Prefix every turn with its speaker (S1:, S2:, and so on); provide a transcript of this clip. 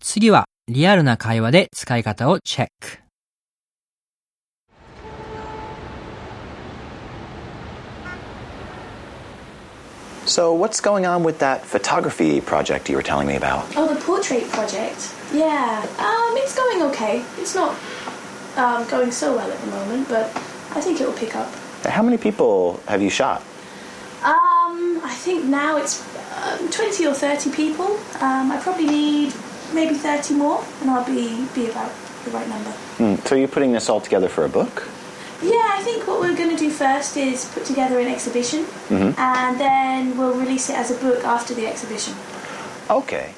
S1: 次はリアルな会話で使い方をチェック。
S2: So, what's going on with that photography project you were telling me about?
S3: Oh, the portrait project. Yeah. Um, it's going okay. It's not um, going so well at the moment, but I think it will pick up.
S2: How many people have you shot?
S3: Um, I think now it's um, 20 or 30 people. Um, I probably need maybe 30 more, and I'll be, be about the right number.
S2: Hmm, So, you're putting this all together for a book?
S3: Yeah, I think what we're going to do first is put together an exhibition, and then we'll release it as a book after the exhibition.
S2: Okay.